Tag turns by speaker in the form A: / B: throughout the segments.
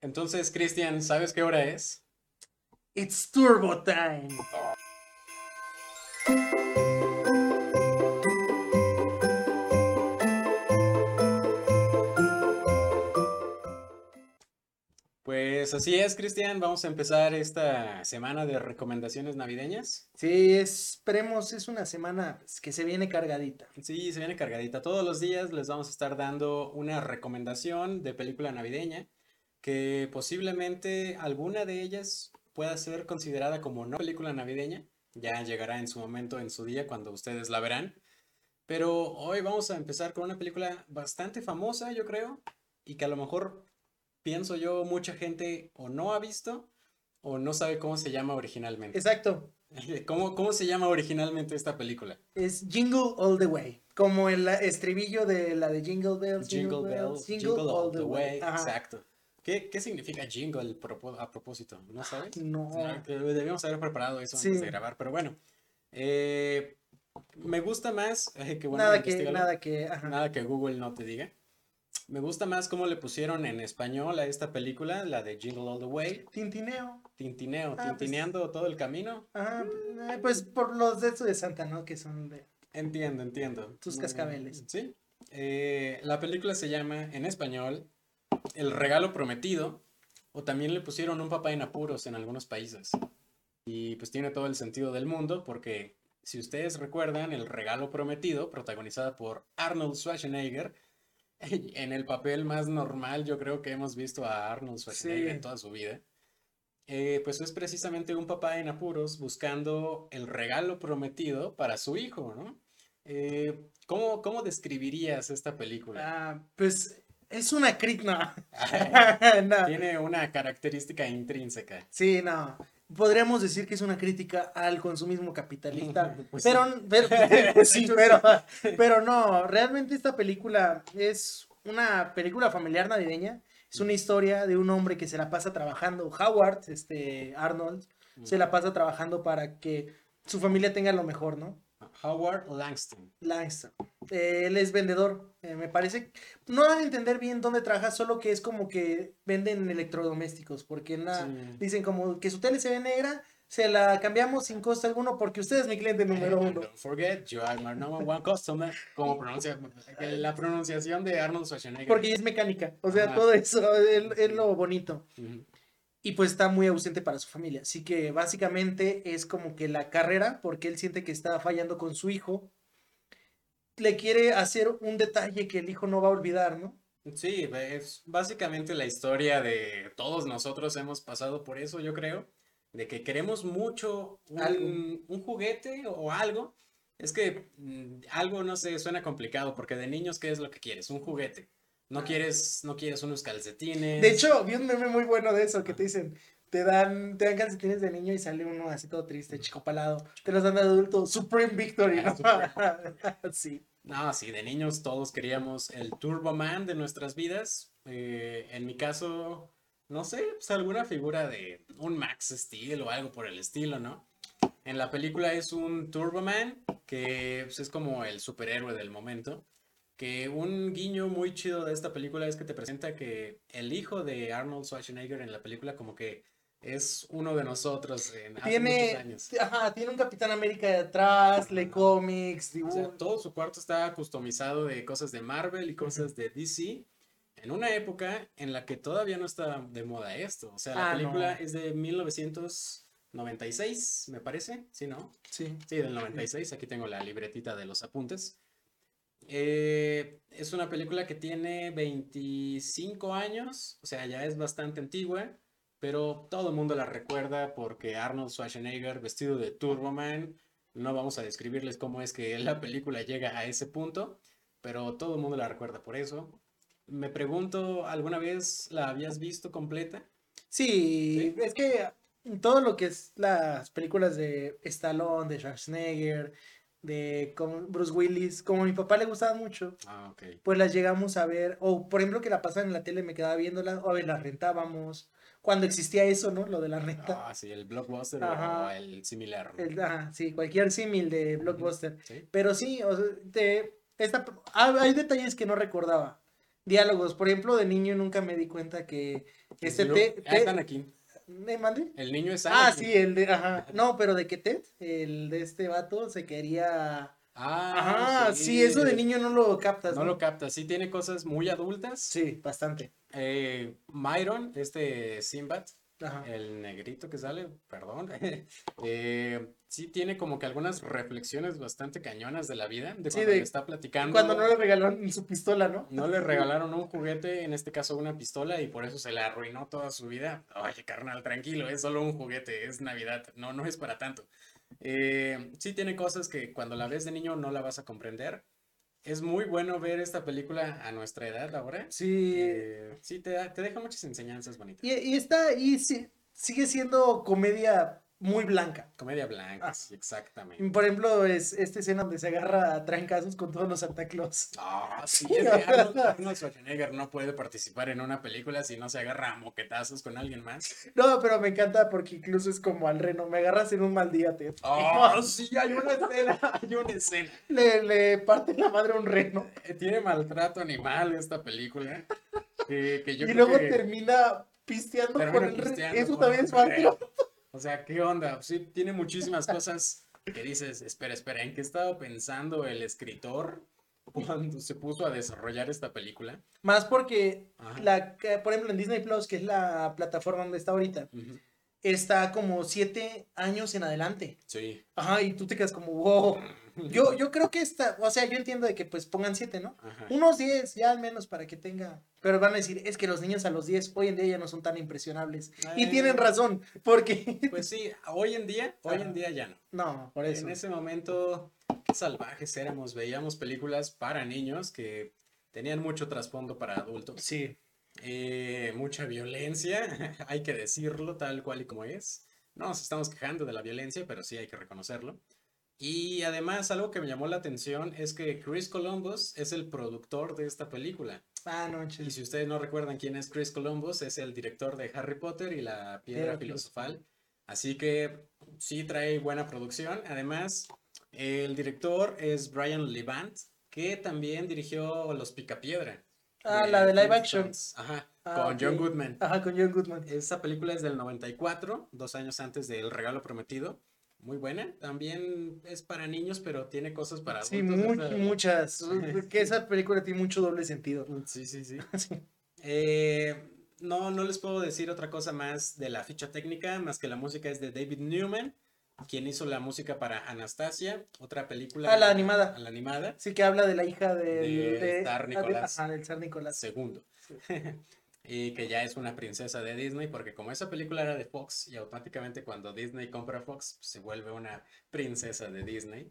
A: Entonces, Cristian, ¿sabes qué hora es?
B: It's turbo time.
A: Pues así es, Cristian. Vamos a empezar esta semana de recomendaciones navideñas.
B: Sí, esperemos, es una semana pues, que se viene cargadita.
A: Sí, se viene cargadita. Todos los días les vamos a estar dando una recomendación de película navideña que posiblemente alguna de ellas pueda ser considerada como no película navideña. Ya llegará en su momento, en su día, cuando ustedes la verán. Pero hoy vamos a empezar con una película bastante famosa, yo creo, y que a lo mejor pienso yo mucha gente o no ha visto o no sabe cómo se llama originalmente.
B: Exacto,
A: ¿Cómo, cómo se llama originalmente esta película?
B: es Jingle All the Way. Como el estribillo de la de Jingle Bells.
A: Jingle Bells, Jingle All the Way,
B: Ajá.
A: exacto. ¿Qué, qué significa jingle propo- a propósito? ¿No sabes?
B: No.
A: Ah, que debíamos haber preparado eso
B: Sí.
A: antes de grabar, pero bueno. Eh, me gusta más eh, que bueno,
B: nada que,
A: investígalo.
B: nada que, ajá.
A: Nada que Google no te diga. Me gusta más cómo le pusieron en español a esta película, la de Jingle All the Way,
B: Tintineo.
A: tintineo,
B: Ah, pues.
A: tintineando todo el camino.
B: Ajá. eh, Pues por los de estos de Santa, ¿no? Que son de.
A: Entiendo, entiendo.
B: Tus
A: Mm,
B: cascabeles.
A: Sí. Eh, la película se llama en español El regalo prometido o también le pusieron un papá en apuros en algunos países. Y pues tiene todo el sentido del mundo porque si ustedes recuerdan El regalo prometido protagonizada por Arnold Schwarzenegger en el papel más normal yo creo que hemos visto a Arnold Schwarzenegger
B: Sí.
A: en toda su vida. eh, pues es precisamente un papá en apuros buscando el regalo prometido para su hijo, ¿no? Eh, ¿cómo, cómo describirías esta película?
B: Ah, pues es una critna.
A: Tiene una característica intrínseca.
B: Sí, no. Podríamos decir que es una crítica al consumismo capitalista,
A: Pues
B: pero, pero, pues, sí, pero, pero no, realmente esta película es una película familiar navideña, es una historia de un hombre que se la pasa trabajando, Howard, este Arnold, se la pasa trabajando para que su familia tenga lo mejor, ¿no?
A: Howard Langston.
B: Langston. Eh, él es vendedor, eh, me parece. No dan a entender bien dónde trabaja, solo que es como que venden electrodomésticos, porque na-
A: Sí.
B: dicen como que su tele se ve negra, se la cambiamos sin costo alguno porque usted es mi cliente número
A: And
B: uno.
A: Eh, Don't forget, you are my number one customer. Como pronuncia, la pronunciación de Arnold Schwarzenegger.
B: Porque ella es mecánica, o sea,
A: Ajá.
B: todo eso es, es lo bonito.
A: Ujú.
B: Y pues está muy ausente para su familia. Así que básicamente es como que la carrera, porque él siente que está fallando con su hijo. Le quiere hacer un detalle que el hijo no va a olvidar, ¿no?
A: Sí, es básicamente la historia de todos nosotros hemos pasado por eso, yo creo, de que queremos mucho un,
B: Algo.
A: un juguete o algo. Es que mm, algo, no sé, suena complicado, porque de niños, ¿qué es lo que quieres? Un juguete. No quieres, no quieres unos calcetines.
B: Ah. De hecho, vi un meme muy bueno de eso que te dicen, te dan, te dan calcetines de niño y sale uno así todo triste, chico palado. Te los dan de adulto, Supreme Victory, ¿no?
A: Ah,
B: sí.
A: No, sí, de niños todos queríamos el Turboman de nuestras vidas. Eh, en mi caso, no sé, pues alguna figura de un Max Steel o algo por el estilo, ¿no? En la película es un Turboman que pues, es como el superhéroe del momento. Que un guiño muy chido de esta película es que te presenta que el hijo de Arnold Schwarzenegger en la película como que es uno de nosotros en hace muchos
B: Tiene,
A: años.
B: ajá, tiene un Capitán América de atrás, lee cómics,
A: O sea,
B: dibujo.
A: todo su cuarto está customizado de cosas de Marvel y cosas de DC. En una época en la que todavía no está de moda esto. O sea, la
B: Ah,
A: película
B: no.
A: es de 1996, me parece. ¿Sí, no?
B: Sí.
A: Sí, del 96. Aquí tengo la libretita de los apuntes. Eh, es una película que tiene 25 años. O sea, ya es bastante antigua. Pero todo el mundo la recuerda porque Arnold Schwarzenegger vestido de Turboman. No vamos a describirles cómo es que la película llega a ese punto. Pero todo el mundo la recuerda por eso. Me pregunto, ¿alguna vez la habías visto completa?
B: Sí, es que todo lo que es las películas de Stallone, de Schwarzenegger, de con Bruce Willis, como a mi papá le gustaba mucho,
A: Ah, ok.
B: pues las llegamos a ver, o por ejemplo que la pasaban en la tele, me quedaba viéndola, o a ver, las rentábamos, cuando existía eso, ¿no? Lo de la renta.
A: Ah, sí, el blockbuster o
B: Ajá.
A: el similar. ¿no?
B: El- ajá, sí, cualquier símil de Blockbuster.
A: Sí.
B: Pero sí, o sea, te- esta, ah, hay detalles que no recordaba. diálogos. Por ejemplo, de niño nunca me di cuenta que este
A: Snoop-
B: Ted...
A: Ah, están aquí.
B: ¿Me mandé?
A: El niño es
B: Ah,
A: Anakin.
B: sí, el de... Ajá. No, pero de que Ted, el de este vato, se quería...
A: Ah,
B: Ajá, sí, eso de niño no lo captas.
A: No lo captas. Sí tiene cosas muy adultas.
B: Sí, bastante.
A: Eh, Myron, este Sinbad,
B: Ajá.
A: el negrito que sale, perdón, eh, sí tiene como que algunas reflexiones bastante cañonas de la vida, de
B: Sí,
A: cuando
B: de-
A: le está platicando.
B: Cuando no le regalaron su pistola, ¿no?
A: no le regalaron un juguete, en este caso una pistola, y por eso se le arruinó toda su vida. Oye, carnal, tranquilo, es solo un juguete, es Navidad, no, no es para tanto. Eh, sí tiene cosas que cuando la ves de niño no la vas a comprender. Es muy bueno ver esta película a nuestra edad ahora.
B: Sí.
A: Eh, sí, te, da- te deja muchas enseñanzas bonitas.
B: Y, y está, y sí, sigue siendo comedia muy blanca.
A: Comedia blanca,
B: Ah.
A: sí, exactamente.
B: Por ejemplo, es esta escena donde se agarra a trancazos con todos los Santa Claus.
A: Ah, sí, es que Arnold, Arnold Schwarzenegger no puede participar en una película si no se agarra a moquetazos con alguien más.
B: No, pero me encanta porque incluso es como al reno, me agarras en un mal día, te.
A: Ah, sí, hay una escena, hay una escena.
B: Le, le parte la madre a un reno.
A: Eh, Tiene maltrato animal esta película. eh, que yo
B: y
A: creo
B: luego
A: que
B: termina pisteando
A: termina
B: con el reno.
A: pisteando
B: Eso
A: con
B: también
A: un
B: es malo.
A: perro. O sea, ¿qué onda? Sí, tiene muchísimas cosas que dices, espera, espera, ¿en qué estaba pensando el escritor cuando se puso a desarrollar esta película?
B: Más porque,
A: Ajá.
B: la, que- por ejemplo, en Disney Plus, que es la plataforma donde está ahorita,
A: Ujú.
B: está como siete años en adelante.
A: Sí.
B: Ajá, y tú te quedas como, wow. Yo, yo creo que esta, o sea, yo entiendo de que pues pongan siete, ¿no?
A: Ajá.
B: Unos 10 ya al menos para que tenga. Pero van a decir, es que los niños a los 10 hoy en día ya no son tan impresionables.
A: Eh.
B: Y tienen razón, porque...
A: Pues sí, hoy en día, hoy en día ya no.
B: No, por eso.
A: En ese momento, qué salvajes éramos, veíamos películas para niños que tenían mucho trasfondo para adultos.
B: Sí.
A: Eh, mucha violencia, hay que decirlo tal cual y como es. No nos estamos quejando de la violencia, pero sí hay que reconocerlo. Y además, algo que me llamó la atención es que Chris Columbus es el productor de esta película.
B: Ah, no,
A: Y
B: chis.
A: si ustedes no recuerdan quién es Chris Columbus, es el director de Harry Potter y la Piedra
B: Piedra
A: Filosofal. Así que sí trae buena producción. Además, el director es Brian Levant, que también dirigió Los Picapiedra.
B: Ah, la de live action.
A: Flintstones. Ajá,
B: Ah,
A: con John
B: ok.
A: Goodman.
B: Ajá, con John Goodman.
A: Esa película es del 94, dos años antes de El Regalo Prometido. Muy buena. También es para niños, pero tiene cosas para
B: Sí,
A: adultos.
B: muy-
A: Esa-
B: muchas. Que esa película tiene mucho doble sentido.
A: mm, Sí, sí, sí.
B: Sí.
A: Eh, no, no les puedo decir otra cosa más de la ficha técnica, más que la música es de David Newman, quien hizo la música para Anastasia, otra película.
B: Ah, la animada.
A: a la animada,
B: Sí, que habla de la hija del...
A: Del
B: de-
A: zar Nicolás.
B: Ajá, del zar Nicolás.
A: segundo. y que ya es una princesa de Disney, porque como esa película era de Fox, y automáticamente cuando Disney compra Fox, pues, se vuelve una princesa de Disney.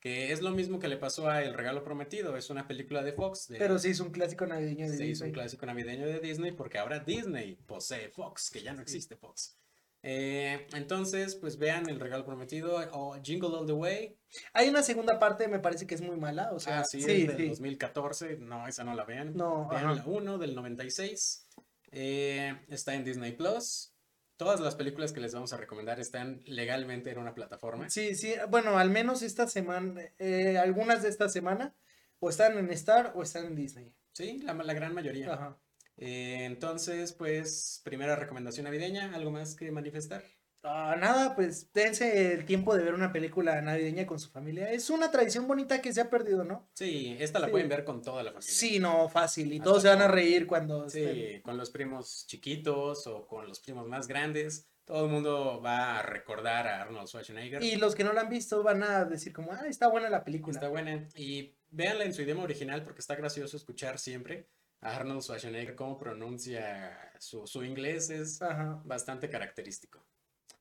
A: Que es lo mismo que le pasó a El Regalo Prometido, es una película de Fox. de-
B: Pero sí es un clásico navideño de
A: se hizo un
B: Disney.
A: clásico navideño de Disney porque ahora Disney posee Fox, que ya no existe Fox. Eh, entonces, pues vean el regalo prometido o Jingle All the Way.
B: Hay una segunda parte, me parece que es muy mala. O sea,
A: Ah, sí, es del 2014. No, esa no la vean.
B: No,
A: vean
B: ajá.
A: la 1 del 96. Eh, está en Disney Plus. Todas las películas que les vamos a recomendar están legalmente en una plataforma.
B: Sí, sí, bueno, al menos esta semana, eh, algunas de esta semana, o están en Star o están en Disney.
A: Sí, la, la gran mayoría.
B: Ajá.
A: Eh, entonces, pues, primera recomendación navideña. ¿Algo más que manifestar?
B: Ah, nada, pues dense el tiempo de ver una película navideña con su familia. Es una tradición bonita que se ha perdido, ¿no?
A: Sí, esta la
B: Sí.
A: pueden ver con toda la familia.
B: Sí, no, fácil. Y
A: Hasta
B: todos se van a
A: con-
B: reír cuando... estén.
A: Sí, con los primos chiquitos o con los primos más grandes. Todo el mundo va a recordar a Arnold Schwarzenegger.
B: Y los que no la han visto van a decir como, ah, está buena la película.
A: Está buena. Y véanla en su idioma original porque está gracioso escuchar siempre a Arnold Schwarzenegger cómo pronuncia su, su inglés. Es
B: Ajá.
A: bastante característico.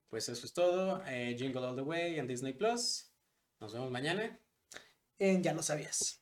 A: Pues eso es todo. eh, Jingle All the Way en Disney Plus. Nos vemos mañana.
B: En Ya lo sabías.